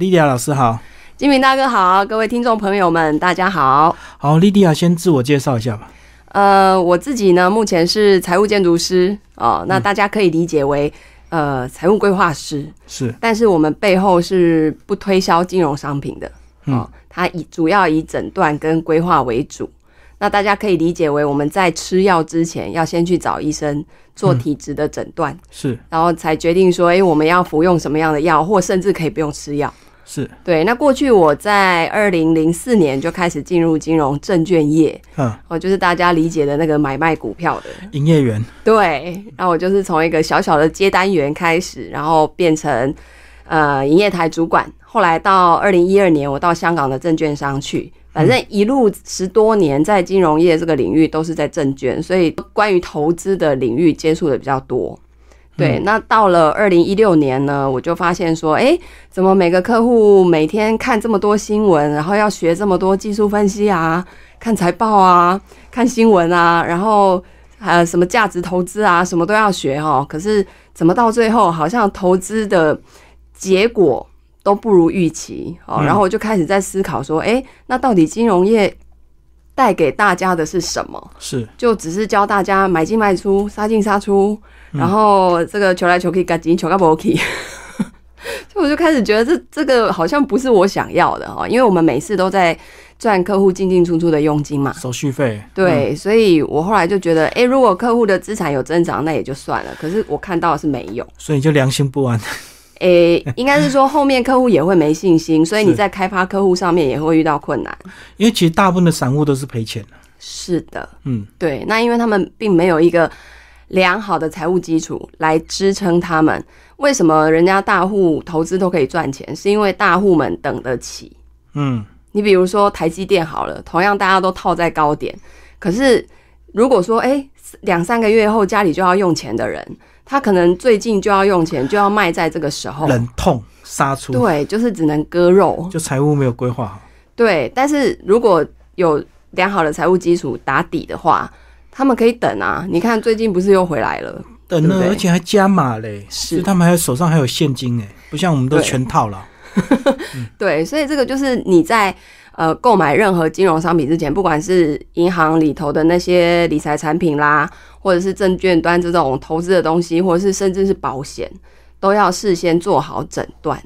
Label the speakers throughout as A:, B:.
A: 莉迪亚老师好，
B: 金明大哥好，各位听众朋友们，大家好。
A: 好，莉迪亚先自我介绍一下吧。
B: 呃，我自己呢，目前是财务建筑师哦，那大家可以理解为、呃财务规划师，
A: 是
B: 但是我们背后是不推销金融商品的
A: 嗯
B: 哦，它以主要以诊断跟规划为主。那大家可以理解为我们在吃药之前要先去找医生做体质的诊断，
A: 是
B: 然后才决定说，诶、我们要服用什么样的药，或甚至可以不用吃药。
A: 是，
B: 对，那过去我在二零零四年就开始进入金融证券业，
A: 嗯，
B: 哦，就是大家理解的那个买卖股票的。
A: 营业员
B: 对，那我就是从一个小小的接单员开始，然后变成呃营业台主管，后来到二零一二年我到香港的证券商去。反正一路十多年在金融业这个领域都是在证券，所以关于投资的领域接触的比较多。对，那到了二零一六年呢，我就发现说，诶，怎么每个客户每天看这么多新闻，然后要学这么多技术分析啊，看财报啊，看新闻啊，然后呃什么价值投资啊，什么都要学哦。可是怎么到最后好像投资的结果都不如预期哦。
A: 嗯
B: 然后我就开始在思考说，诶，那到底金融业带给大家的是什么？
A: 是
B: 就只是教大家买进卖出、杀进杀出，
A: 嗯
B: 然后这个求来求去，赶紧求个不去。 所以我就开始觉得这这个好像不是我想要的哦，因为我们每次都在赚客户进进出出的佣金嘛，
A: 手续费，嗯
B: 对，所以我后来就觉得，诶，如果客户的资产有增长，那也就算了。可是我看到的是没有
A: 嗯，，所以就良心不安。
B: 诶、应该是说后面客户也会没信心，所以你
A: 是
B: 在开发客户上面也会遇到困难。
A: 因为其实大部分的散户都是赔钱的，
B: 是的，
A: 嗯，
B: 对，那因为他们并没有一个良好的财务基础来支撑他们。为什么人家大户投资都可以赚钱？是因为大户们等得起。
A: 嗯，
B: 你比如说台积电好了，同样大家都套在高点，可是如果说哎两三个月后家里就要用钱的人，他可能最近就要用钱，就要卖在这个时候，
A: 忍痛杀出，
B: 哦对，就是只能割肉。
A: 就财务没有规划好，
B: 对，但是如果有良好的财务基础打底的话，他们可以等啊。你看最近不是又回来了？
A: 等
B: 对
A: 了，
B: 不对
A: 而且还加码嘞，
B: 是
A: 就他们还有手上还有现金哎，不像我们都
B: 对
A: 全套了，
B: 对，所以这个就是你在呃购买任何金融商品之前，不管是银行里头的那些理财产品啦，或者是证券端这种投资的东西，或者是甚至是保险，都要事先做好诊断，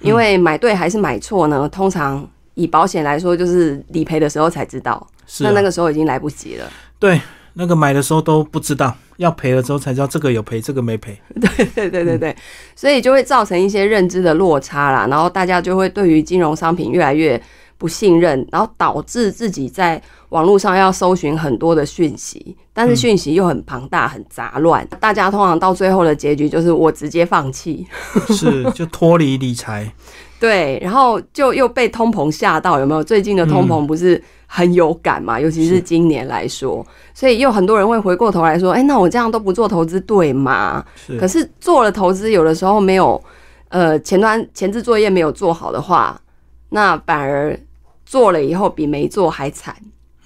B: 因
A: 嗯
B: 为买对还是买错呢，通常。以保险来说，就是理赔的时候才知道，
A: 是
B: 那
A: 啊
B: 那个时候已经来不及了。
A: 对，那个买的时候都不知道，要赔了之后才知道这个有赔，这个没 赔，
B: 对对对对，所以就会造成一些认知的落差啦，然后大家就会对于金融商品越来越不信任，然后导致自己在网络上要搜寻很多的讯息，但是讯息又很庞大、很杂乱，大家通常到最后的结局就是我直接放弃，
A: 是就脱离理财，
B: 对，然后就又被通膨吓到，有没有？最近的通膨不是很有感嘛，尤其是今年来说，所以又很多人会回过头来说，哎，那我这样都不做投资对吗？
A: 是
B: 可是做了投资，有的时候没有，呃，前端前置作业没有做好的话，那反而做了以后比没做还惨。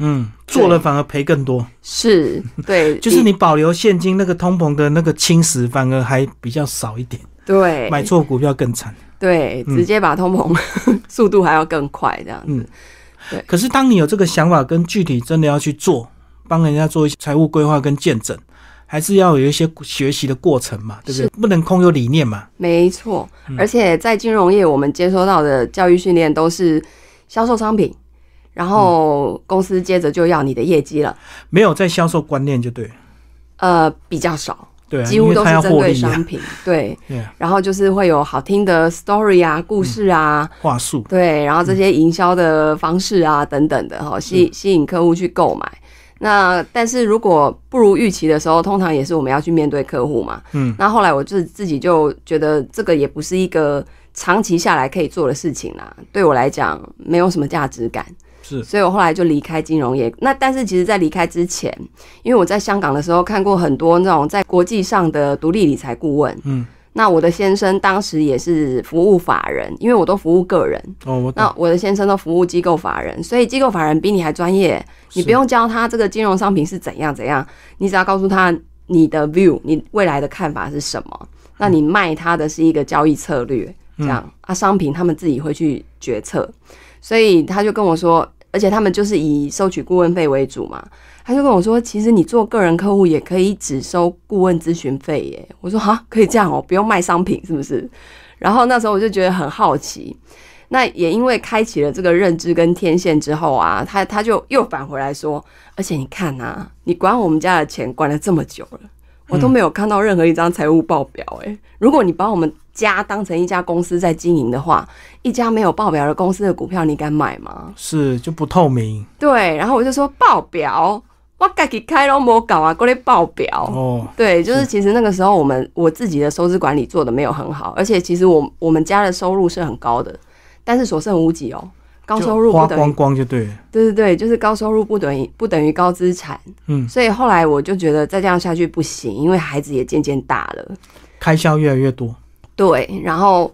A: 嗯，做了反而赔更多，
B: 是，对，
A: 就是你保留现金，那个通膨的那个侵蚀反而还比较少一点，
B: 对
A: 买错股票更惨。
B: 对，
A: 嗯
B: 直接把通膨速度还要更快这样子。
A: 嗯可是当你有这个想法跟具体真的要去做，帮人家做一些财务规划跟见证，还是要有一些学习的过程嘛，对不对？不能空有理念嘛，
B: 没错，
A: 嗯
B: 而且在金融业，我们接收到的教育训练都是销售商品，然
A: 嗯
B: 后公司接着就要你的业绩了。
A: 没有在销售观念就对了，
B: 呃，比较少，
A: 对、啊，
B: 几乎
A: 因
B: 都
A: 为他
B: 是
A: 要
B: 针
A: 获
B: 对
A: 利啊
B: 商，品。对，
A: 对啊，
B: 然后就是会有好听的 story 啊、故事啊，
A: 话术
B: 对，然后这些营销的方式啊等等的哈，吸吸引客户去购买。那但是如果不如预期的时候，通常也是我们要去面对客户嘛。
A: 嗯，
B: 那后来我自自己就觉得这个也不是一个长期下来可以做的事情啦，对我来讲没有什么价值感。
A: 是
B: 所以我后来就离开金融业。那但是其实，在离开之前，因为我在香港的时候看过很多那种在国际上的独立理财顾问，
A: 嗯，
B: 那我的先生当时也是服务法人，因为我都服务个人，
A: 哦，我懂
B: 那，我的先生都服务机构法人，所以机构法人比你还专业，你
A: 是
B: 不用教他这个金融商品是怎样怎样，你只要告诉他你的 view，你未来的看法是什么，那你卖他的是一个交易策略，这样、啊，商品他们自己会去决策，所以他就跟我说，而且他们就是以收取顾问费为主嘛，他就跟我说，其实你做个人客户也可以只收顾问咨询费耶。我说哈，可以这样哦、不用卖商品是不是？然后那时候我就觉得很好奇。那也因为开启了这个认知跟天线之后啊，他他就又返回来说，而且你看啊，你管我们家的钱管了这么久了，我都没有看到任何一张财务报表、欸。诶、如果你把我们家当成一家公司在经营的话，一家没有报表的公司的股票，你敢买吗？
A: 是就不透明
B: 对，然后我就说报表，我自己开都没搞啊，过来报表。
A: 哦，
B: 对，就是其实那个时候我们我自己的收支管理做的没有很好，而且其实我我们家的收入是很高的，但是所剩无几哦。高
A: 就
B: 收入不
A: 花
B: 等
A: 光
B: 于，
A: 光就对了，
B: 对对对，就是高收入不等于不等于高资产，
A: 嗯，
B: 所以后来我就觉得再这样下去不行，因为孩子也渐渐大了，
A: 开销越来越多，
B: 对，然后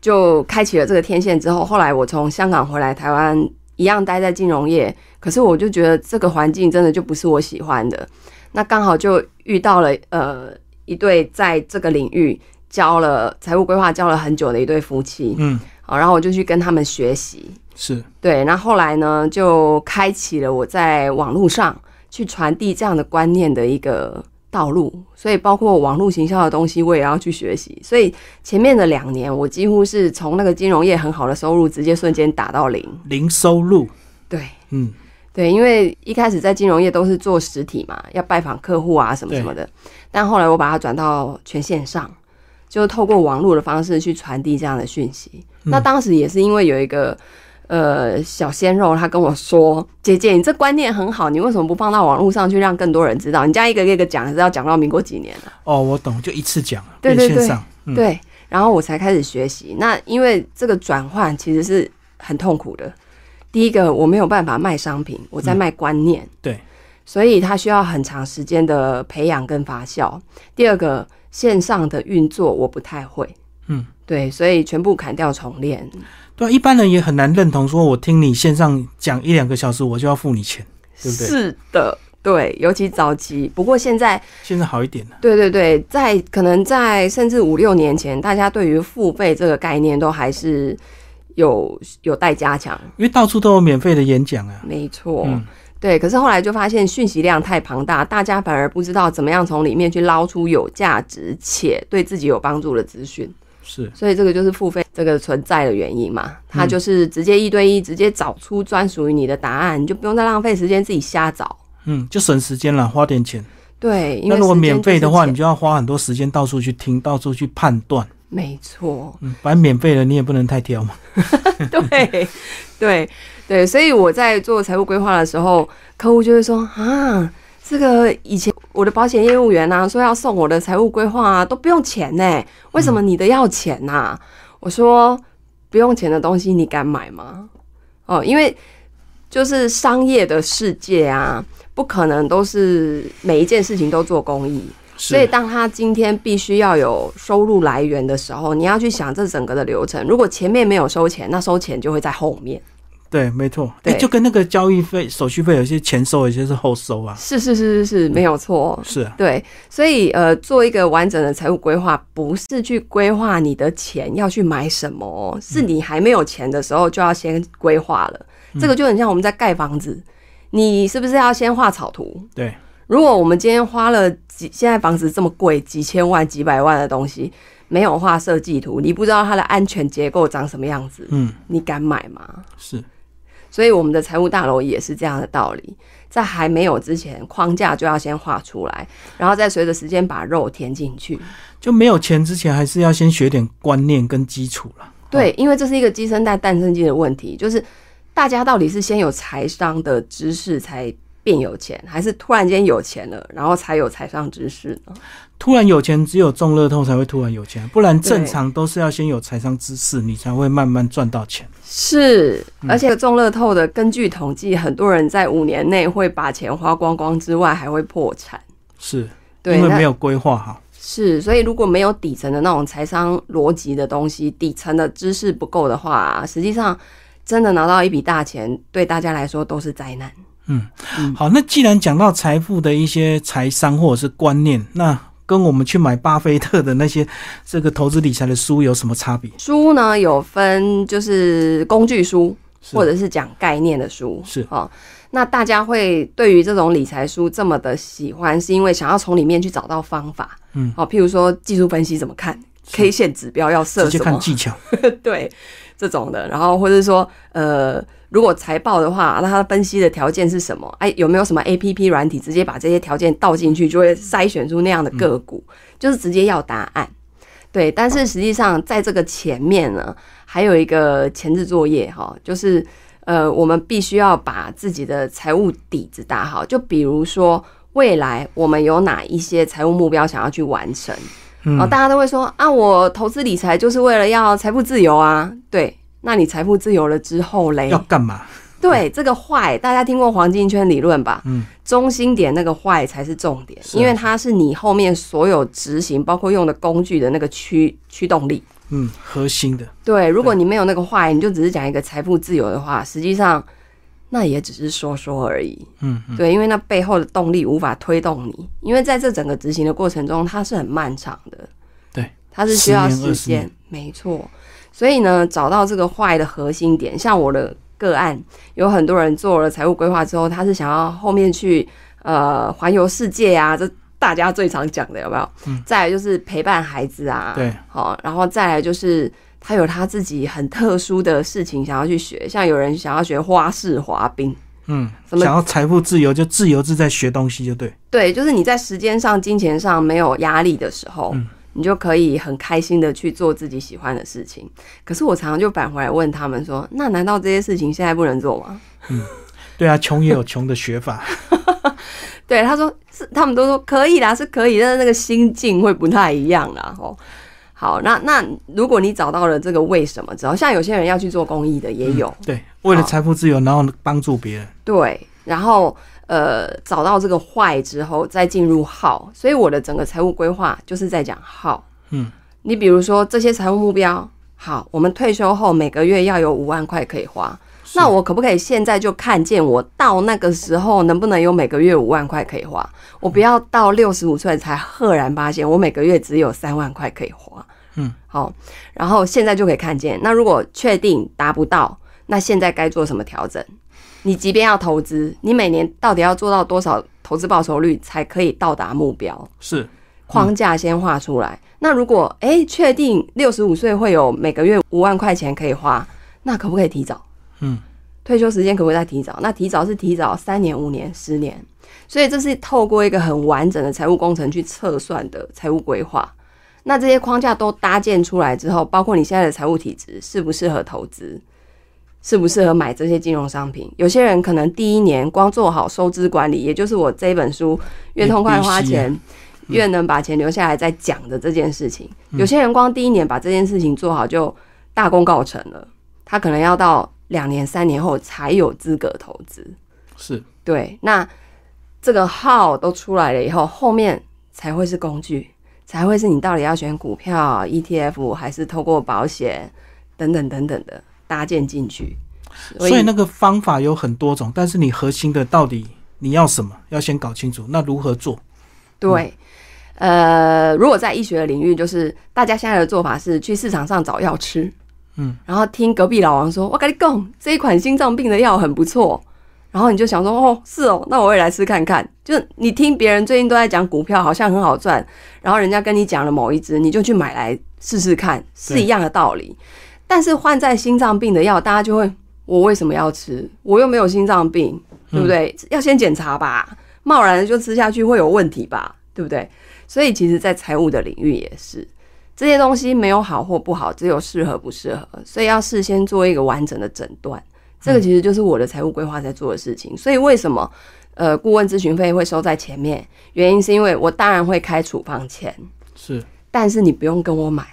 B: 就开启了这个天线之后，后来我从香港回来台湾，一样待在金融业，可是我就觉得这个环境真的就不是我喜欢的。那刚好就遇到了呃一对在这个领域教了财务规划教了很久的一对夫妻，
A: 嗯，
B: 好，然后我就去跟他们学习。
A: 是
B: 对，那后来呢，就开启了我在网络上去传递这样的观念的一个道路，所以包括网络行销的东西，我也要去学习。所以前面的两年，我几乎是从那个金融业很好的收入，直接瞬间打到零。
A: 零收入，
B: 对
A: 嗯，
B: 对，因为一开始在金融业都是做实体嘛，要拜访客户啊什么什么的，但后来我把它转到全线上，就透过网络的方式去传递这样的讯息。那当时也是因为有一个呃小鲜肉，他跟我说：“姐姐，你这观念很好，你为什么不放到网络上去让更多人知道？你这样一个一个讲，是要讲到民国几年啊？”
A: 哦，我懂，就一次讲，
B: 对
A: 变
B: 对
A: 线
B: 对
A: 上，嗯，
B: 对，然后我才开始学习。那因为这个转换其实是很痛苦的。第一个，我没有办法卖商品，我在卖观念。
A: 对，
B: 所以它需要很长时间的培养跟发酵。第二个，线上的运作我不太会。
A: 嗯，
B: 对，所以全部砍掉重练。
A: 对啊，一般人也很难认同，说我听你线上讲一两个小时，我就要付你钱，对不对？
B: 是的，对，尤其早期。不过现在
A: 现在好一点了，
B: 对对对，在可能在甚至五六年前，大家对于付费这个概念都还是有有待加强。
A: 因为到处都有免费的演讲啊，
B: 没错，
A: 嗯
B: 对。可是后来就发现讯息量太庞大，大家反而不知道怎么样从里面去捞出有价值且对自己有帮助的资讯。
A: 是
B: 所以这个就是付费这个存在的原因嘛，它
A: 嗯
B: 就是直接一对一，直接找出专属于你的答案，你就不用再浪费时间自己瞎找。
A: 嗯，就省时间了，花点钱。
B: 对，因
A: 那
B: 为
A: 如果
B: 时间
A: 免费的话，
B: 就是
A: 你
B: 钱
A: 就要花很多时间到处去听，到处去判断。
B: 没错，
A: 嗯，反正免费的你也不能太挑嘛。
B: 对，对，对，所以我在做财务规划的时候，客户就会说啊，这个以前我的保险业务员啊，说要送我的财务规划啊，都不用钱呢、为什么你的要钱呐、我说不用钱的东西你敢买吗？哦，因为就是商业的世界啊，不可能都是每一件事情都做公益，所以，
A: 是，
B: 当他今天必须要有收入来源的时候，你要去想这整个的流程。如果前面没有收钱，那收钱就会在后面。
A: 对，没错。哎、
B: 对
A: 就跟那个交易费、手续费，有些前收，有些是后收啊。
B: 是是是是是，没有错。
A: 是啊，
B: 对，所以呃，做一个完整的财务规划，不是去规划你的钱要去买什么哦，是你还没有钱的时候就要先规划了。这个就很像我们在盖房子，你是不是要先画草图？
A: 对，
B: 如果我们今天花了几，现在房子这么贵，几千万、几百万的东西，没有画设计图，你不知道它的安全结构长什么样子，
A: 嗯，
B: 你敢买吗？
A: 是
B: 所以我们的财务大楼也是这样的道理，在还没有之前，框架就要先画出来，然后再随着时间把肉填进去。
A: 就没有钱之前，还是要先学点观念跟基础啦。
B: 对，因为这是一个鸡生蛋、蛋生鸡的问题，就是大家到底是先有财商的知识才变有钱，还是突然间有钱了，然后才有财商知识呢？
A: 突然有钱，只有中乐透才会突然有钱，不然
B: 对
A: 正常都是要先有财商知识，你才会慢慢赚到钱。
B: 是，而
A: 嗯
B: 且中乐透的，根据统计，很多人在五年内会把钱花光光之外，还会破产。
A: 是，
B: 对，
A: 因为
B: 那
A: 没有规划好。
B: 是，所以如果没有底层的那种财商逻辑的东西，底层的知识不够的话，实际上真的拿到一笔大钱，对大家来说都是灾难。
A: 好，那既然讲到财富的一些财商或者是观念，那跟我们去买巴菲特的那些这个投资理财的书有什么差别？
B: 书呢有分就是工具书
A: 是
B: 或者是讲概念的书，
A: 是
B: 哦。那大家会对于这种理财书这么的喜欢，是因为想要从里面去找到方法，
A: 嗯，
B: 哦，譬如说技术分析怎么看
A: 是
B: ，K 线指标要设
A: 直接
B: 什
A: 看
B: 么，
A: 技巧，
B: 对这种的，然后或者说呃，如果财报的话，那它分析的条件是什么？哎，有没有什么 A P P 软体直接把这些条件倒进去，就会筛选出那样的个股，就是直接要答案。对，但是实际上在这个前面呢，还有一个前置作业哈，就是呃，我们必须要把自己的财务底子打好。就比如说，未来我们有哪一些财务目标想要去完成？
A: 嗯
B: 哦，大家都会说啊，我投资理财就是为了要财富自由啊。对，那你财富自由了之后嘞
A: 要，干嘛？
B: 对这个坏，大家听过黄金圈理论吧？
A: 嗯，
B: 中心点那个坏才是重点，
A: 是啊
B: 因为它是你后面所有执行，包括用的工具的那个驱驱动力。
A: 嗯，核心的
B: 对，如果你没有那个坏，你就只是讲一个财富自由的话，实际上那也只是说说而已。
A: 嗯
B: 对，因为那背后的动力无法推动你，因为在这整个执行的过程中，它是很漫长的，
A: 对，
B: 它是需
A: 10
B: 要
A: 年
B: 时
A: 20年
B: 间，没错。所以呢，找到这个坏的核心点，像我的个案，有很多人做了财务规划之后，他是想要后面去呃环游世界啊，这大家最常讲的有没有？
A: 嗯、
B: 再来就是陪伴孩子啊，
A: 对，
B: 好、然后再来就是。他有他自己很特殊的事情想要去学，像有人想要学花式滑冰，
A: 嗯，
B: 什么
A: 想要财富自由就自由自在学东西就对，
B: 对，就是你在时间上、金钱上没有压力的时候，
A: 嗯
B: 你就可以很开心的去做自己喜欢的事情。可是我常常就返回来问他们说：“那难道这些事情现在不能做吗
A: 对啊，穷也有穷的学法，？”
B: 对，他说是，他们都说可以啦，是可以，但是那个心境会不太一样啦。吼，好，那那如果你找到了这个为什么之后，像有些人要去做公益的也有，
A: 对，为了
B: 好
A: 财富自由，然后帮助别人，
B: 对，然后呃，找到这个坏之后，再进入好，所以我的整个财务规划就是在讲好。
A: 嗯，
B: 你比如说这些财务目标，好，我们退休后每个月要有五万块可以花，
A: 是
B: 那我可不可以现在就看见我到那个时候能不能有每个月五万块可以花？我不要到六十五岁才赫然发现我每个月只有三万块可以花。
A: 嗯，
B: 好，然后现在就可以看见。那如果确定达不到，那现在该做什么调整？你即便要投资，你每年到底要做到多少投资报酬率才可以到达目标？
A: 是
B: 框架先画出来。那如果诶确定六十五岁会有每个月五万块钱可以花，那可不可以提早？
A: 嗯，
B: 退休时间可不可以再提早？那提早是提早三年、五年、十年，所以这是透过一个很完整的财务工程去测算的财务规划。那这些框架都搭建出来之后，包括你现在的财务体质适不适合投资，适不适合买这些金融商品。有些人可能第一年光做好收支管理，也就是我这一本书《越痛快花钱》。越能把钱留下来再讲的这件事情，有些人光第一年把这件事情做好就大功告成了，他可能要到两年、三年后才有资格投资。
A: 是，
B: 对，那这个号都出来了以后，后面才会是工具，才会是你到底要选股票、ETF 还是透过保险等等等等的搭建进去。
A: 所以那个方法有很多种，但是你核心的到底你要什么，要先搞清楚，那如何做？
B: 对，
A: 嗯
B: 呃，如果在医学的领域，就是大家现在的做法是去市场上找药吃，
A: 嗯，
B: 然后听隔壁老王说，我跟你讲，这一款心脏病的药很不错。然后你就想说，哦，是哦，那我也来试看看。就是你听别人最近都在讲股票，好像很好赚，然后人家跟你讲了某一只，你就去买来试试看，是
A: 对
B: 一样的道理。但是换在心脏病的药，大家就会，我为什么要吃？我又没有心脏病，对不对？
A: 嗯
B: 要先检查吧。贸然就吃下去会有问题吧，对不对？所以其实，在财务的领域也是，这些东西没有好或不好，只有适合不适合，所以要事先做一个完整的诊断。这个其实就是我的财务规划在做的事情。所以为什么呃顾问咨询费会收在前面？原因是因为我当然会开处方钱，
A: 是
B: 但是你不用跟我买，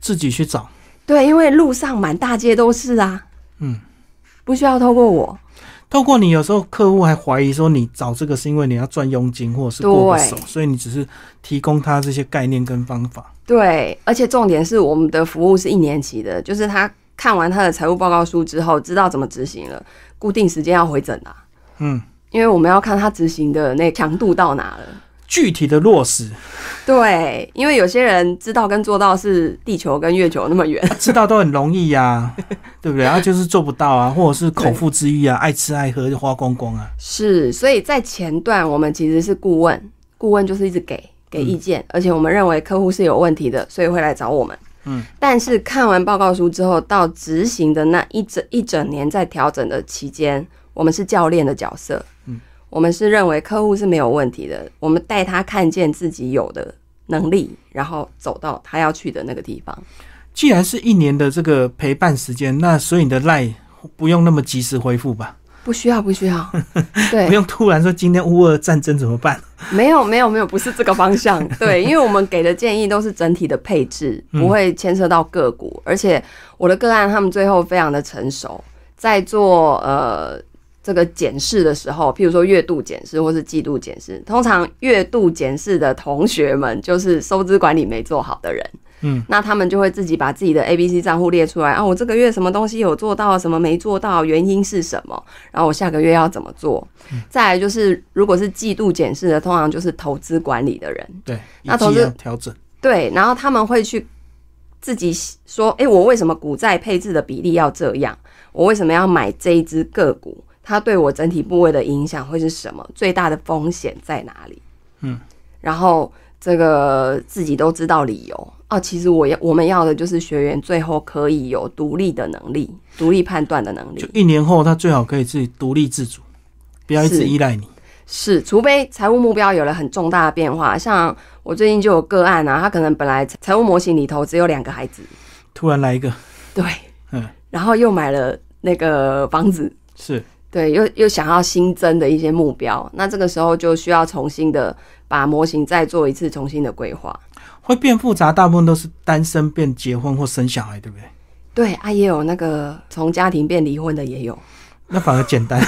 A: 自己去找，
B: 对，因为路上满大街都是啊，
A: 嗯，
B: 不需要透过我，
A: 透过你有时候客户还怀疑说你找这个是因为你要赚佣金或者是过个
B: 对
A: 手，所以你只是提供他这些概念跟方法，
B: 对，而且重点是我们的服务是一年期的，就是他看完他的财务报告书之后，知道怎么执行了，固定时间要回诊啊，
A: 嗯，
B: 因为我们要看他执行的那强度到哪了。
A: 具体的落实，
B: 对，因为有些人知道跟做到是地球跟月球那么远，
A: 知道都很容易呀、 对不对？啊，就是做不到啊，或者是口腹之欲啊，爱吃爱喝就花光光啊。
B: 是，所以在前段我们其实是顾问，顾问就是一直给给意见，而且我们认为客户是有问题的，所以会来找我们。
A: 嗯，
B: 但是看完报告书之后，到执行的那一整一整年在调整的期间，我们是教练的角色，
A: 嗯，
B: 我们是认为客户是没有问题的，我们带他看见自己有的能力，然后走到他要去的那个地方。
A: 既然是一年的这个陪伴时间，那所以你的赖不用那么及时回复吧？
B: 不需要，不需要，
A: 不
B: 对，
A: 用突然说今天乌俄战争怎么办？
B: 没有，没有，没有，不是这个方向。对，因为我们给的建议都是整体的配置，不会牵涉到个股，而且我的个案他们最后非常的成熟，在做呃这个检视的时候，譬如说月度检视或是季度检视，通常月度检视的同学们就是收支管理没做好的人。
A: 嗯，
B: 那他们就会自己把自己的 A、B、C 账户列出来啊，我这个月什么东西有做到，什么没做到，原因是什么，然后我下个月要怎么做。再来就是，如果是季度检视的，通常就是投资管理的人，
A: 对，
B: 那
A: 一
B: 投
A: 季
B: 资
A: 要调整。
B: 对，然后他们会去自己说，诶，我为什么股债配置的比例要这样？我为什么要买这一只个股？它对我整体部位的影响会是什么？最大的风险在哪里？
A: 嗯，
B: 然后这个自己都知道理由啊。其实我要我们要的就是学员最后可以有独立的能力、独立判断的能力
A: 就。一年后，他最好可以自己独立自主，不要一直
B: 是
A: 依赖你。
B: 是，除非财务目标有了很重大的变化，像我最近就有个案啊，他可能本来财务模型里头只有两个孩子，
A: 突然来一个，
B: 对，
A: 嗯，
B: 然后又买了那个房子，
A: 是
B: 对，又又想要新增的一些目标，那这个时候就需要重新的把模型再做一次重新的规划。
A: 会变复杂，大部分都是单身变结婚或生小孩，对不对？
B: 对啊，也有那个从家庭变离婚的也有，
A: 那反而简 单，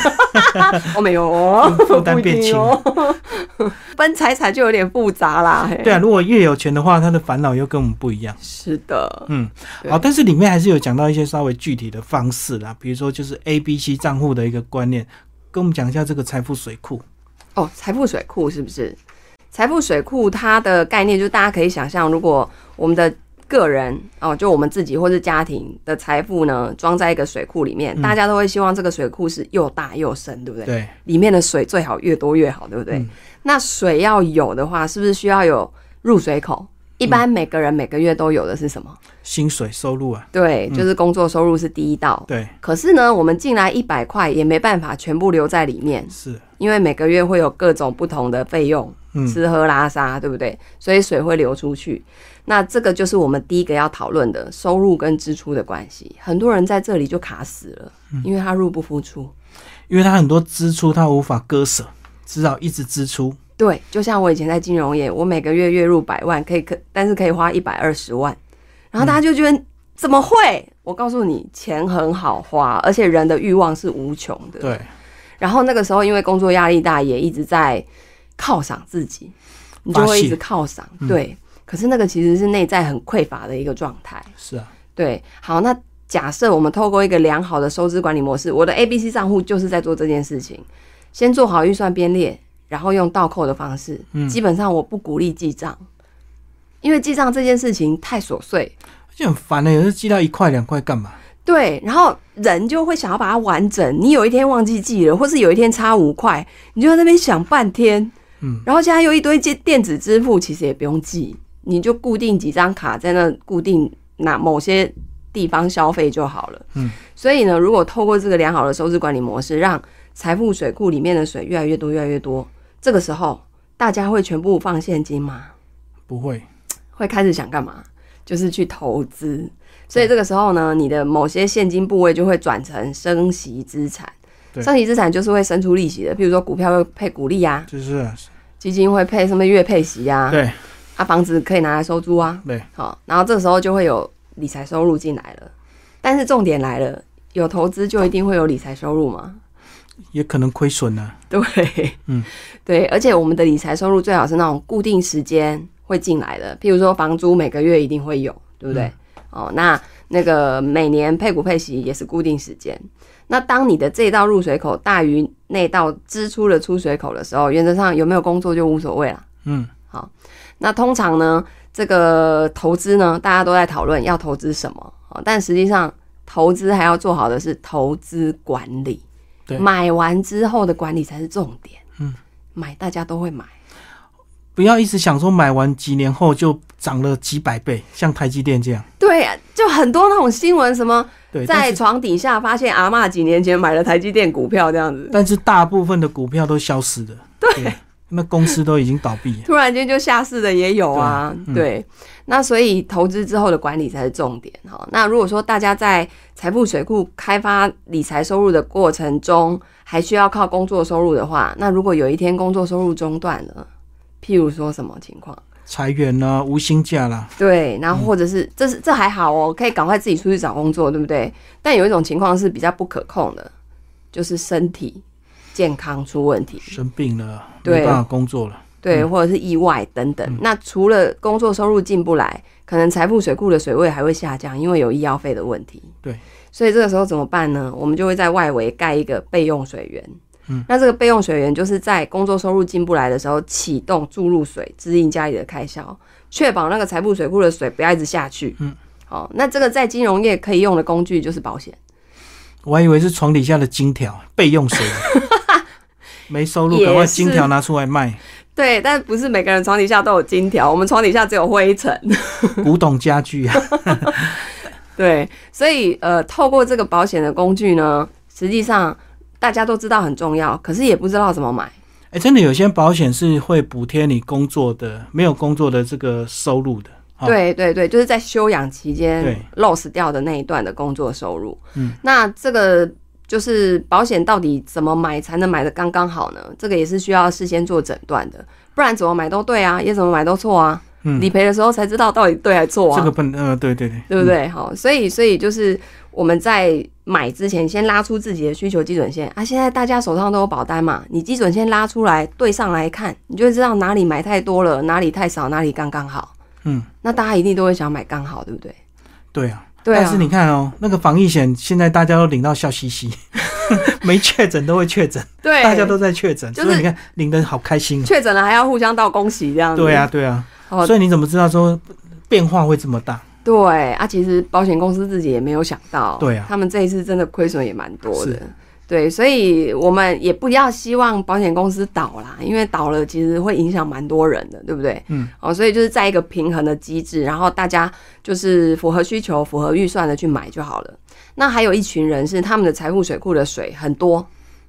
B: 我、没有 哦，
A: 负担变轻。
B: 哦， 分财产就有点复杂啦。嘿
A: 对啊，，如果越有钱的话，他的烦恼又跟我们不一样。
B: 是的，
A: 嗯，
B: 对
A: 好，但是里面还是有讲到一些稍微具体的方式啦，比如说就是 A、B、C 账户的一个观念，跟我们讲一下这个财富水库。
B: 哦，财富水库是不是？财富水库它的概念就是大家可以想象，如果我们的个人哦，就我们自己或是家庭的财富呢，装在一个水库里面，大家都会希望这个水库是又大又深，对不对？
A: 嗯对，
B: 里面的水最好越多越好，对不对？
A: 嗯
B: 那水要有的话，是不是需要有入水口？一
A: 嗯
B: 般每个人每个月都有的是什么？
A: 薪水收入啊，
B: 对，
A: 嗯
B: 就是工作收入是第一道。
A: 对，
B: 可是呢，我们进来一百块也没办法全部留在里面，
A: 是，
B: 因为每个月会有各种不同的费用，
A: 嗯，
B: 吃喝拉撒，对不对？所以水会流出去。那这个就是我们第一个要讨论的收入跟支出的关系。很多人在这里就卡死了，因为他入不敷出。
A: 因为他很多支出他无法割舍，只好一直支出。
B: 对，就像我以前在金融业，我每个月月入百万，可以可，但是可以花一百二十万，然后大家就觉得、怎么会？我告诉你，钱很好花，而且人的欲望是无穷的。
A: 对，
B: 然后那个时候因为工作压力大，也一直在犒赏自己，你就
A: 发
B: 会
A: 泄嗯
B: 一直犒赏。对，可是那个其实是内在很匮乏的一个状态。
A: 是啊，
B: 对，好，那假设我们透过一个良好的收支管理模式，我的 A、B、C 账户就是在做这件事情，先做好预算编列，然后用倒扣的方式，
A: 嗯
B: 基本上我不鼓励记账，因为记账这件事情太琐碎。
A: 而且很烦的、欸有时候记到一块两块干嘛？
B: 对，然后人就会想要把它完整。你有一天忘记记了，或是有一天差五块，你就在那边想半天。
A: 嗯，
B: 然后现在又一堆接电子支付，其实也不用记，你就固定几张卡在那固定哪某些地方消费就好了。
A: 嗯，
B: 所以呢，如果透过这个良好的收支管理模式，让财富水库里面的水越来越多、越来越多，这个时候大家会全部放现金吗？
A: 不会，
B: 会开始想干嘛？就是去投资。所以这个时候呢，你的某些现金部位就会转成升息资产。
A: 对
B: 升息资产就是会生出利息的，比如说股票会配股利啊，
A: 就是啊、
B: 基金会配什么月配息啊，
A: 对
B: 啊房子可以拿来收租啊，
A: 对，
B: 好，然后这时候就会有理财收入进来了。但是重点来了，有投资就一定会有理财收入吗？
A: 也可能亏损啊。
B: 对，
A: 嗯，
B: 对，而且我们的理财收入最好是那种固定时间会进来的，譬如说房租每个月一定会有，对不对？哦，那那个每年配股配息也是固定时间。那当你的这道入水口大于那道支出的出水口的时候，原则上有没有工作就无所谓啦。
A: 嗯，
B: 那通常呢，这个投资呢，大家都在讨论要投资什么，哦但实际上投资还要做好的是投资管理
A: 对，
B: 买完之后的管理才是重点。
A: 嗯，
B: 买大家都会买，
A: 不要一直想说买完几年后就涨了几百倍，像台积电这样。
B: 对，就很多那种新闻，什么
A: 对，但
B: 在
A: 是
B: 床底下发现阿嬷几年前买了台积电股票这样子，
A: 但是大部分的股票都消失了，对，那公司都已经倒闭了。
B: 突然间就下市的也有啊，
A: 对嗯
B: 对。那所以投资之后的管理才是重点哈。那如果说大家在财富水库开发理财收入的过程中，还需要靠工作收入的话，那如果有一天工作收入中断了，譬如说什么情况？
A: 裁员啦、无薪假啦，
B: 对，然后或者是、这是这还好哦，可以赶快自己出去找工作，对不对？但有一种情况是比较不可控的，就是身体健康出问题。
A: 生病了，
B: 对
A: 没办法工作了。
B: 对，或者是意外等
A: 嗯
B: 等。那除了工作收入进不来，可能财富水库的水位还会下降，因为有医药费的问题。
A: 对，
B: 所以这个时候怎么办呢？我们就会在外围盖一个备用水源。
A: 嗯，
B: 那这个备用水源就是在工作收入进不来的时候启动注入水，支应家里的开销，确保那个财富水库的水不要一直下去。
A: 嗯，
B: 好、那这个在金融业可以用的工具就是保险，
A: 我还以为是床底下的金条备用 水，没收入
B: 也
A: 赶快
B: 是
A: 金条拿出来卖，
B: 对，但不是每个人床底下都有金条，我们床底下只有灰尘。
A: 古董家具啊，
B: 对，所以呃，透过这个保险的工具呢，实际上大家都知道很重要，可是也不知道怎么买。
A: 哎、真的有些保险是会补贴你工作的没有工作的这个收入的。哦，
B: 对对对，就是在休养期间
A: 对
B: loss 掉的那一段的工作收入。
A: 嗯，
B: 那这个就是保险到底怎么买才能买的刚刚好呢？这个也是需要事先做诊断的，不然怎么买都对啊，也怎么买都错啊。
A: 嗯
B: 理赔的时候才知道到底对还错啊。
A: 这个本呃，对对对，
B: 对不对？好，所以所以就是我们在买之前，先拉出自己的需求基准线啊。现在大家手上都有保单嘛，你基准线拉出来对上来看，你就会知道哪里买太多了，哪里太少，哪里刚刚好。
A: 嗯，
B: 那大家一定都会想买刚好，对不对？
A: 对啊。
B: 对
A: 但
B: 啊
A: 是，你看哦，那个防疫险现在大家都领到笑嘻 嘻，没确诊都会确诊，
B: 对，
A: 大家都在确诊，
B: 就是
A: 所以你看领的好开心、哦。
B: 确诊了，还要互相道恭喜这样子。
A: 对啊，，对啊，
B: 哦，
A: 所以你怎么知道说变化会这么大？
B: 对啊，其实保险公司自己也没有想到，
A: 对啊
B: 他们这一次真的亏损也蛮多的
A: 是。
B: 对，所以我们也不要希望保险公司倒啦，因为倒了其实会影响蛮多人的，对不对？
A: 嗯，
B: 哦，所以就是在一个平衡的机制，然后大家就是符合需求、符合预算的去买就好了。那还有一群人是他们的财富水库的水很多，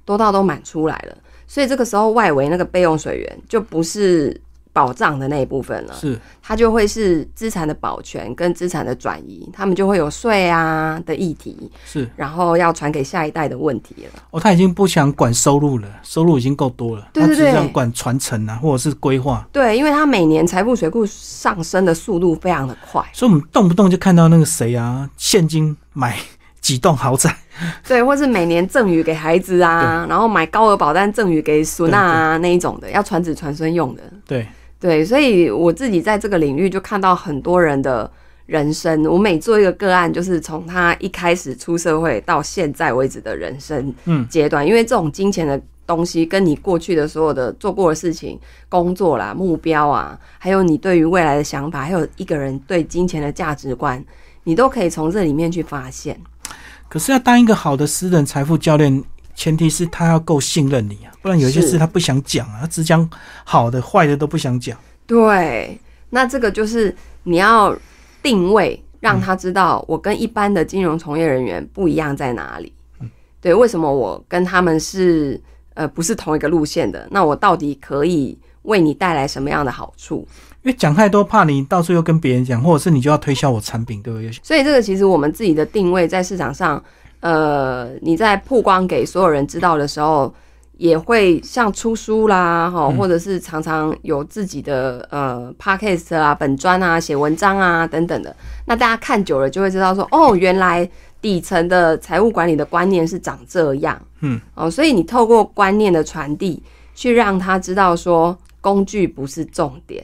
B: 多到都满出来了，所以这个时候外围那个备用水源就不是保障的那一部分了，
A: 是
B: 它就会是资产的保全跟资产的转移，他们就会有税啊的议题，
A: 是，
B: 然后要传给下一代的问题了。
A: 哦，他已经不想管收入了，收入已经够多了，
B: 对
A: 他
B: 对
A: 只
B: 对
A: 想管传承啊，或者是规划。
B: 对，因为它每年财富水库上升的速度非常的快，
A: 所以我们动不动就看到那个谁啊，现金买 几栋豪宅，
B: 对，或是每年赠与给孩子啊，然后买高额保单赠与给孙啊那一种的，要传子传孙用的。
A: 对，
B: 对，所以我自己在这个领域就看到很多人的人生。我每做一个个案，就是从他一开始出社会到现在为止的人生
A: 嗯
B: 阶段，因为这种金钱的东西跟你过去的所有的做过的事情、工作啦、目标啊，还有你对于未来的想法，还有一个人对金钱的价值观，你都可以从这里面去发现。
A: 可是要当一个好的私人财富教练，前提是他要够信任你啊，不然有一些
B: 是
A: 事他不想讲啊，他只讲好的、坏的都不想讲。
B: 对，那这个就是你要定位，让他知道我跟一般的金融从业人员不一样在哪里。对，为什么我跟他们是呃不是同一个路线的？那我到底可以为你带来什么样的好处？
A: 因为讲太多，怕你到处又跟别人讲，或者是你就要推销我产品，对不对？有些
B: 所以这个其实我们自己的定位在市场上，呃，你在曝光给所有人知道的时候，也会像出书啦，哈，或者是常常有自己的呃 podcast 啊、本专啊、写文章啊等等的。那大家看久了就会知道说，哦，原来底层的财务管理的观念是长这样，
A: 嗯，
B: 哦，所以你透过观念的传递，去让他知道说，工具不是重点。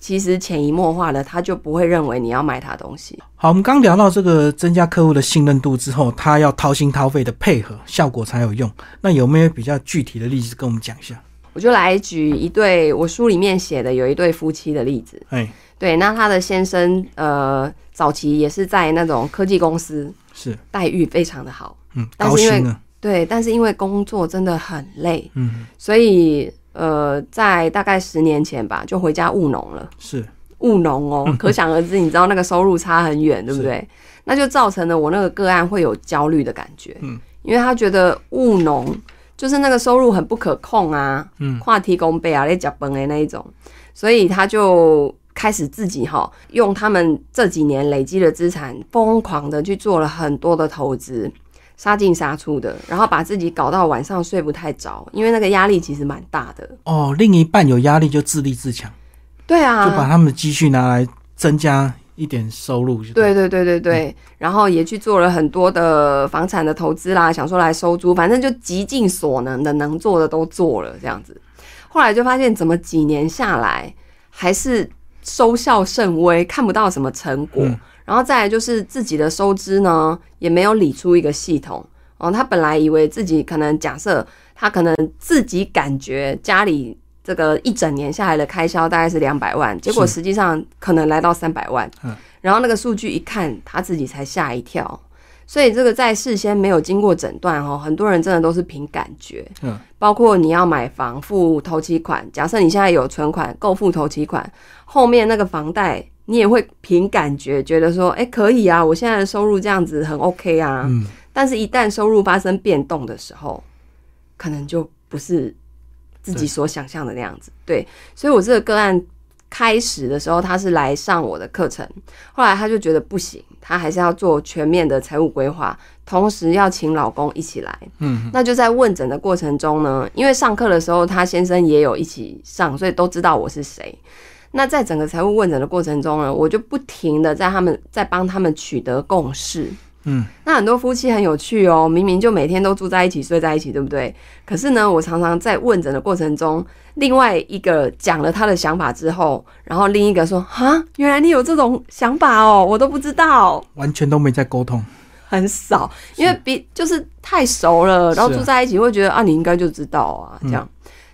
B: 其实潜移默化的，他就不会认为你要买他东西。
A: 好，我们刚聊到这个增加客户的信任度之后，他要掏心掏肺的配合，效果才有用。那有没有比较具体的例子跟我们讲一下？
B: 我就来举一对我书里面写的有一对夫妻的例子。
A: 哎，
B: 对，那他的先生呃，早期也是在那种科技公司，
A: 是，
B: 待遇非常的好。
A: 嗯，
B: 但
A: 高
B: 是因为
A: 薪啊，
B: 对，但是因为工作真的很累，
A: 嗯，
B: 所以呃，在大概十年前吧，就回家务农了。
A: 是，
B: 务 农哦，可想而知，你知道那个收入差很远，对不对？那就造成了我那个个案会有焦虑的感觉，
A: 嗯，
B: 因为他觉得务农就是那个收入很不可控啊，
A: 嗯
B: 跨提供杯啊，在脚崩的那一种，所以他就开始自己哈，用他们这几年累积的资产，疯狂的去做了很多的投资。杀进杀出的，然后把自己搞到晚上睡不太着，因为那个压力其实蛮大的。
A: 哦，另一半有压力就自立自强，
B: 对啊，
A: 就把他们的积蓄拿来增加一点收入就
B: 对对对对对，然后也去做了很多的房产的投资啦，想说来收租，反正就极尽所能的能做的都做了这样子。后来就发现，怎么几年下来还是收效甚微，看不到什么成果。
A: 嗯
B: 然后再来就是自己的收支呢，也没有理出一个系统。哦，他本来以为自己可能假设他可能自己感觉家里这个一整年下来的开销大概是两百万，结果
A: 是
B: 实际上可能来到三百万。
A: 嗯
B: 然后那个数据一看，他自己才吓一跳。所以这个在事先没有经过诊断哦，很多人真的都是凭感觉。
A: 嗯，
B: 包括你要买房付头期款，假设你现在有存款够付头期款，后面那个房贷你也会凭感觉觉得说，哎、可以啊，我现在的收入这样子很 OK 啊。
A: 嗯，
B: 但是，一旦收入发生变动的时候，可能就不是自己
A: 对
B: 所想象的那样子。对，所以我这个个案开始的时候，他是来上我的课程，后来他就觉得不行，他还是要做全面的财务规划，同时要请老公一起来。
A: 嗯，
B: 那就在问诊的过程中呢，因为上课的时候他先生也有一起上，所以都知道我是谁。那在整个财务问诊的过程中呢，我就不停的在他们在帮他们取得共识。
A: 嗯，
B: 那很多夫妻很有趣哦，明明就每天都住在一起、睡在一起，对不对？可是呢，我常常在问诊的过程中，另外一个讲了他的想法之后，然后另一个说：“啊，原来你有这种想法哦，我都不知道。”
A: 完全都没在沟通，
B: 很少，因为比就是太熟了，然后
A: 是啊嗯
B: 住在一起会觉得啊，你应该就知道啊，这样。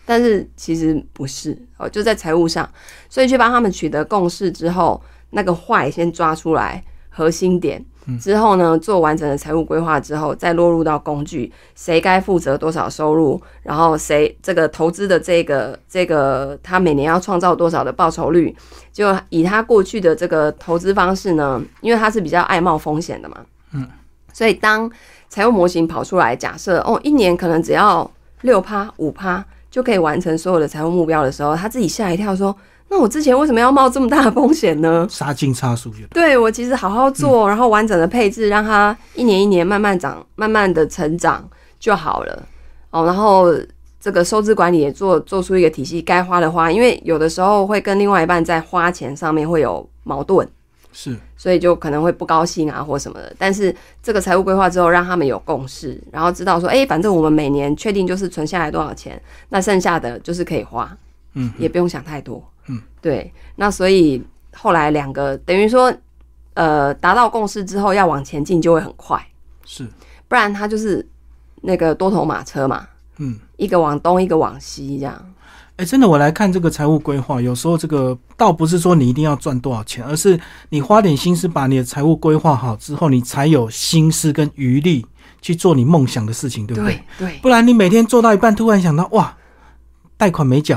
B: 但是其实不是哦，就在财务上，所以去帮他们取得共识之后，那个坏先抓出来，核心点。
A: 嗯
B: 之后呢，做完整的财务规划之后，再落入到工具，谁该负责多少收入，然后谁这个投资的这个这个他每年要创造多少的报酬率，就以他过去的这个投资方式呢，因为他是比较爱冒风险的嘛，所以当财务模型跑出来，假设哦，一年可能只要六趴、五趴就可以完成所有的财务目标的时候，他自己吓一跳，说：“那我之前为什么要冒这么大的风险呢
A: 杀进杀出就？”对，
B: 对我其实好好做，然后完整的配置，让它一年一年慢慢长、慢慢的成长就好了。哦，然后这个收支管理也做做出一个体系，该花的花，因为有的时候会跟另外一半在花钱上面会有矛盾。
A: 是，
B: 所以就可能会不高兴啊或什么的。但是这个财务规划之后，让他们有共识，然后知道说，哎、反正我们每年确定就是存下来多少钱，那剩下的就是可以花，
A: 嗯，
B: 也不用想太多，
A: 嗯，
B: 对。那所以后来两个等于说，呃，达到共识之后要往前进就会很快，
A: 是，
B: 不然他就是那个多头马车嘛，
A: 嗯，
B: 一个往东一个往西这样，
A: 哎，真的，我来看这个财务规划，有时候这个倒不是说你一定要赚多少钱，而是你花点心思把你的财务规划好之后，你才有心思跟余力去做你梦想的事情，对不对？
B: 对
A: 不然你每天做到一半，突然想到哇，贷款没缴，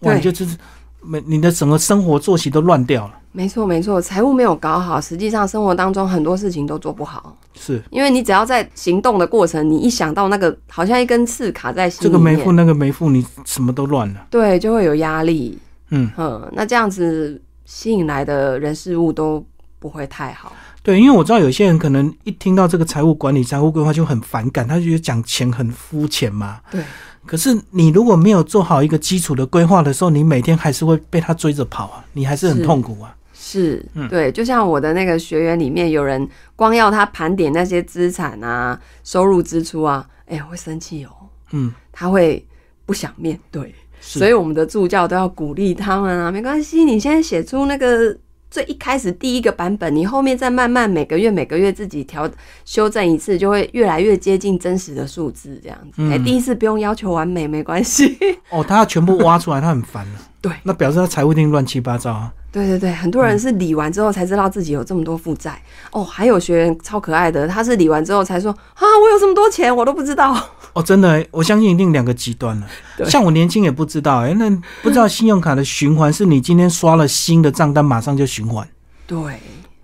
A: 哇，
B: 对
A: 你就就是每你的整个生活作息都乱掉了。
B: 没错没错，财务没有搞好，实际上生活当中很多事情都做不好。
A: 是
B: 因为你只要在行动的过程，你一想到那个好像一根刺卡在心
A: 这
B: 里
A: 个
B: 面，
A: 没付那个没付，你什么都乱了。
B: 对，就会有压力。
A: 嗯，
B: 嗯，那这样子吸引来的人事物都不会太好。
A: 对，因为我知道有些人可能一听到这个财务管理、财务规划就很反感，他就觉得讲钱很肤浅嘛。
B: 对，
A: 可是你如果没有做好一个基础的规划的时候，你每天还是会被他追着跑啊，你还是很
B: 是
A: 痛苦啊。
B: 是，
A: 嗯
B: 对，就像我的那个学员里面有人光要他盘点那些资产啊、收入、支出啊，哎、会生气哦，
A: 嗯，
B: 他会不想面对。
A: 是
B: 所以我们的助教都要鼓励他们啊，没关系，你现在写出那个最一开始第一个版本，你后面再慢慢每个月每个月自己调修正一次，就会越来越接近真实的数字这样子。哎、第一次不用要求完美，没关系。
A: 哦，他要全部挖出来，他很烦的、
B: 对
A: 那表示他财务一定乱七八糟啊。
B: 对对对，很多人是理完之后才知道自己有这么多负债、哦。还有学员超可爱的，他是理完之后才说啊，我有这么多钱，我都不知道。
A: 哦，真的欸，我相信一定两个极端了。
B: 对
A: 像我年轻也不知道，哎，那不知道信用卡的循环是你今天刷了新的账单，马上就循环，
B: 对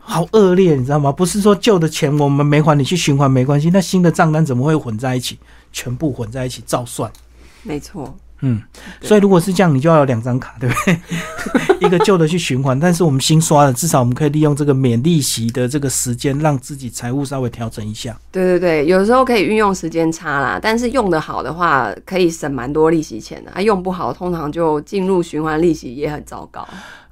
A: 好恶劣，你知道吗？不是说旧的钱我们没还，你去循环没关系，那新的账单怎么会混在一起？全部混在一起照算。
B: 没错，
A: 嗯，所以如果是这样，你就要有两张卡，对不对？一个旧的去循环，但是我们新刷的，至少我们可以利用这个免利息的这个时间，让自己财务稍微调整一下。
B: 对对对，有时候可以运用时间差啦，但是用的好的话，可以省蛮多利息钱的。啊，用不好，通常就进入循环利息也很糟糕。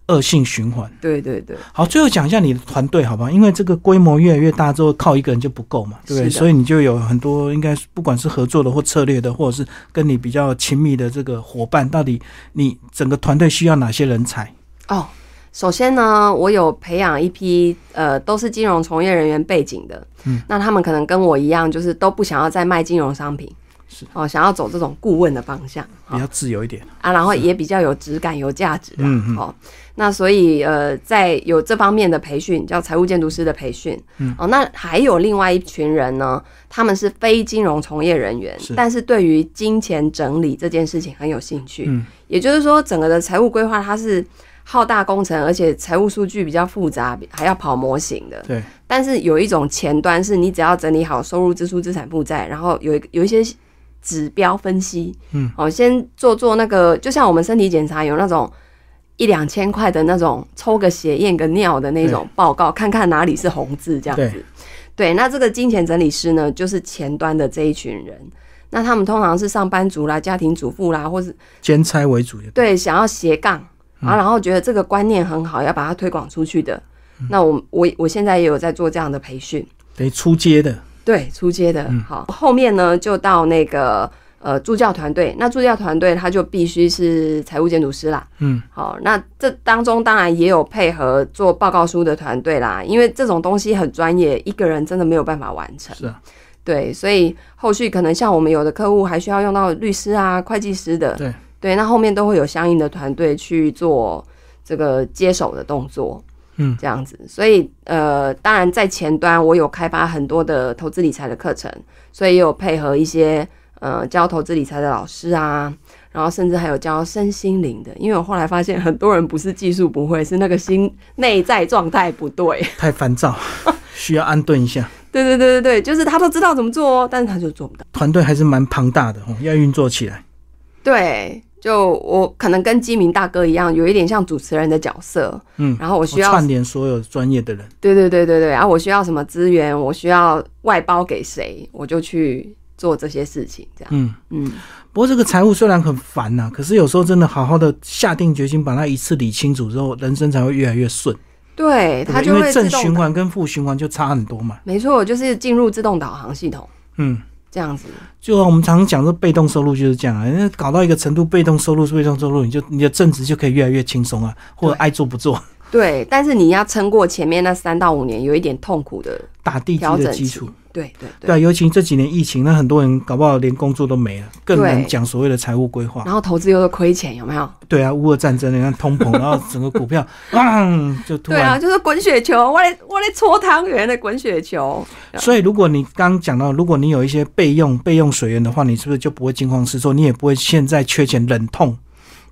A: 恶性循环。
B: 对对对，
A: 好，最后讲一下你的团队，好不好？因为这个规模越来越大之后，靠一个人就不够嘛，对不对？
B: 是的
A: 所以你就有很多，应该是不管是合作的或策略的，或者是跟你比较亲密的这个伙伴，到底你整个团队需要哪些人才？
B: 哦，首先呢，我有培养一批呃，都是金融从业人员背景的，
A: 嗯，
B: 那他们可能跟我一样，就是都不想要再卖金融商品，
A: 是
B: 哦，想要走这种顾问的方向，哦
A: 比较自由一点。
B: 啊，然后也比较有质感、有价值啦。
A: 嗯嗯
B: 哦，那所以呃，在有这方面的培训，叫财务建筑师的培训。
A: 嗯，
B: 哦，那还有另外一群人呢，他们是非金融从业人员，
A: 是
B: 但是对于金钱整理这件事情很有兴趣。
A: 嗯，
B: 也就是说，整个的财务规划它是。浩大工程，而且财务数据比较复杂，还要跑模型的。
A: 对，
B: 但是有一种前端是你只要整理好收入、支出、资产负债，然后有一个有一些指标分析，
A: 嗯，
B: 哦，先做做那个，就像我们身体检查有那种一两千块的那种抽个血验个尿的那种报告，看看哪里是红字这样子
A: 对。
B: 对，那这个金钱整理师呢，就是前端的这一群人。那他们通常是上班族啦、家庭主妇啦，或是
A: 兼差为主的。
B: 对想要斜杠，
A: 嗯
B: 然后然后觉得这个观念很好，要把它推广出去的。
A: 嗯
B: 那我我我现在也有在做这样的培训。
A: 等于出街的，
B: 对，出街的。好，后面呢就到那个呃助教团队，那助教团队他就必须是财务建筑师啦。
A: 嗯，
B: 好，那这当中当然也有配合做报告书的团队啦，因为这种东西很专业，一个人真的没有办法完成。
A: 是啊，
B: 对，所以后续可能像我们有的客户还需要用到律师啊、会计师的，
A: 对
B: 对，那后面都会有相应的团队去做这个接手的动作，
A: 嗯
B: 这样子。所以呃，当然在前端我有开发很多的投资理财的课程，所以也有配合一些呃教投资理财的老师啊。然后甚至还有教身心灵的，因为我后来发现很多人不是技术不会，是那个心内在状态不对。
A: 太烦躁，需要安顿一下。
B: 对对对对对，就是他都知道怎么做哦，但是他就做不到。
A: 团队还是蛮庞大的哦，要运作起来。
B: 对，就我可能跟基民大哥一样，有一点像主持人的角色，
A: 嗯，
B: 然后我需要
A: 串联所有专业的人。
B: 对对对对对，啊，我需要什么资源，我需要外包给谁，我就去做这些事情，这样。
A: 嗯，
B: 嗯，
A: 不过这个财务虽然很烦呐、可是有时候真的好好的下定决心把它一次理清楚之后，人生才会越来越顺。
B: 对，
A: 对
B: 它
A: 不对
B: 就
A: 因
B: 会
A: 为正
B: 自
A: 循
B: 动，
A: 环跟负循环就差很多嘛。
B: 没错，就是进入自动导航系统
A: 嗯，
B: 这样子。
A: 就我们常常讲的被动收入就是这样啊，那搞到一个程度，被动收入是被动收入，你就你的正职就可以越来越轻松啊，或者
B: 对
A: 爱做不做，
B: 对，但是你要撑过前面那三到五年，有一点痛苦的
A: 打地基
B: 调
A: 的
B: 整
A: 基
B: 期
A: 础。。
B: 对对对。
A: 对啊，尤其这几年疫情，那很多人搞不好连工作都没了，更
B: 对
A: 难讲所谓的财务规划。
B: 然后投资又是亏钱，有没有？
A: 对啊，乌俄战争，你看通膨，然后整个股 票，啊，就突
B: 对
A: 然
B: 啊，就是滚雪球，我来我来搓汤圆的滚雪球。
A: 所以，如果你刚讲到，如果你有一些备用备用水源的话，你是不是就不会惊慌失措？你也不会现在缺钱忍痛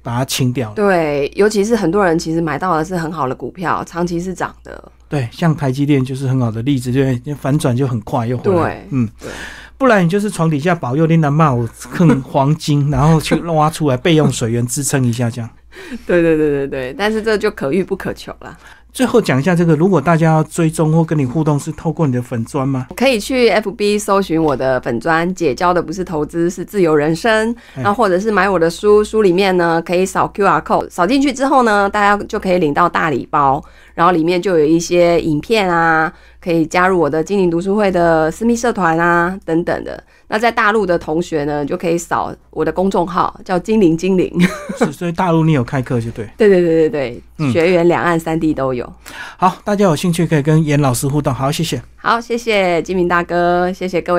A: 把它清掉？
B: 对，尤其是很多人其实买到的是很好的股票，长期是涨的。
A: 对，像台积电就是很好的例子，对不对，反转就很快又回来
B: 对。
A: 嗯
B: 对，
A: 不然你就是床底下保佑琳南骂我坑黄金，然后去挖出来备用水源支撑一下 这样。
B: 对对对对对，但是这就可遇不可求啦。
A: 最后讲一下这个，如果大家要追踪或跟你互动，是透过你的粉砖吗？
B: 可以去 FB 搜寻我的粉砖，姐教的不是投资，是自由人生。
A: 哎
B: 然后或者是买我的书，书里面呢可以扫 QR code，扫进去之后呢，大家就可以领到大礼包，然后里面就有一些影片啊，可以加入我的精灵读书会的私密社团啊等等的。那在大陆的同学呢，就可以扫我的公众号，叫精灵精灵。
A: 是，所以大陆你有开课就对。
B: 对对对对对，
A: 嗯
B: 学员两岸三地都有。有。
A: 好，大家有兴趣可以跟严老师互动。好，谢谢。
B: 好，谢谢金明大哥，谢谢各位。